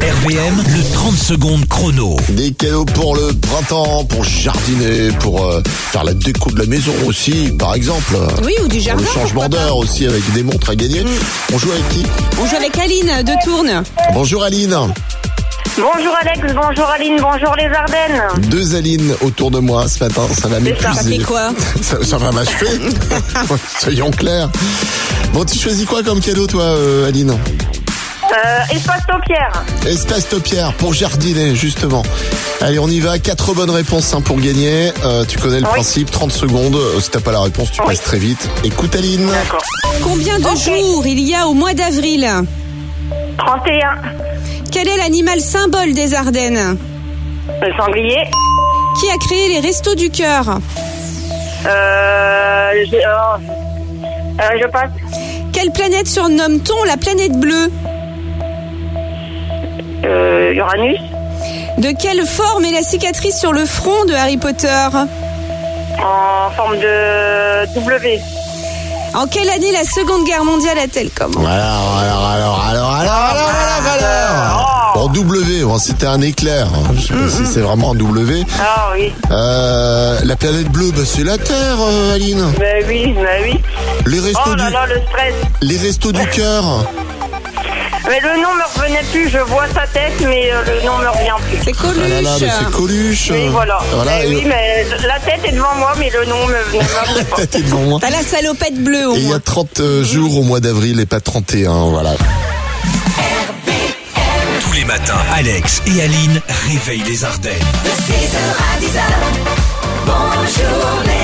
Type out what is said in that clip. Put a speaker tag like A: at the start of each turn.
A: RVM, le 30 secondes chrono.
B: Des cadeaux pour le printemps, pour jardiner, pour euh, faire la déco de la maison aussi, par exemple.
C: Oui, ou du
B: Pour
C: jardin.
B: le changement
C: pourquoi pas. Mm.
B: d'heure aussi avec des montres à gagner. On joue avec qui
C: On joue avec Aline de Tourne.
B: Bonjour Aline.
D: Bonjour Alex, bonjour Aline, bonjour les Ardennes.
B: Deux Aline autour de moi ce matin, ça va
D: ça,
C: Ça
B: m'épuiser.
C: fait quoi
B: ça, ça va m'achever. Soyons clairs. Bon, tu choisis quoi comme cadeau toi, euh, Aline
D: Euh, espace Pierre.
B: Espace Topière pour jardiner, justement. Allez, on y va. Quatre bonnes réponses hein, pour gagner. Euh, tu connais le
D: Oui.
B: principe, 30 secondes. Euh, Si t'as pas la réponse, tu
D: Oui.
B: passes très vite. Écoute Aline.
D: D'accord.
C: Combien de jours il y a au mois d'avril
D: 31.
C: Quel est l'animal symbole des Ardennes
D: Le sanglier.
C: Qui a créé les Restos du Cœur
D: Euh, j'ai- euh, euh, je passe.
C: Quelle planète surnomme-t-on la planète bleue
D: Euh, Uranus.
C: De quelle forme est la cicatrice sur le front de Harry Potter
D: En forme de W.
C: En quelle année la Seconde Guerre mondiale a-t-elle commencé
B: Alors, alors, alors, alors, alors, alors, alors,
D: Oh.
B: alors. En W, bon, c'était un éclair. hein. Je sais pas
D: Mm-hmm.
B: si c'est vraiment un W.
D: Ah oui.
B: Euh, la planète bleue, bah, c'est la Terre, euh, Aline.
D: Ben oui, ben oui.
B: Les restos
D: Oh là
B: du,
D: là, le stress.
B: les restos du cœur.
D: Mais le nom me revenait plus. Je vois sa tête, mais euh, le nom me revient plus.
C: C'est
B: Ah là là,
C: Coluche.
B: mais c'est Coluche.
D: Oui, voilà.
B: Euh, Voilà.
D: Ben
B: et-
D: oui, mais la tête est devant moi, mais le nom me venait me revient
B: T'es devant moi.
C: T'as la salopette bleue au
B: Et il y
C: moins.
B: a 30 euh, jours au mois d'avril et pas 31, voilà.
A: Tous les matins, Alex et Aline réveillent les Ardennes.
E: De 6h à 10h, bonjour les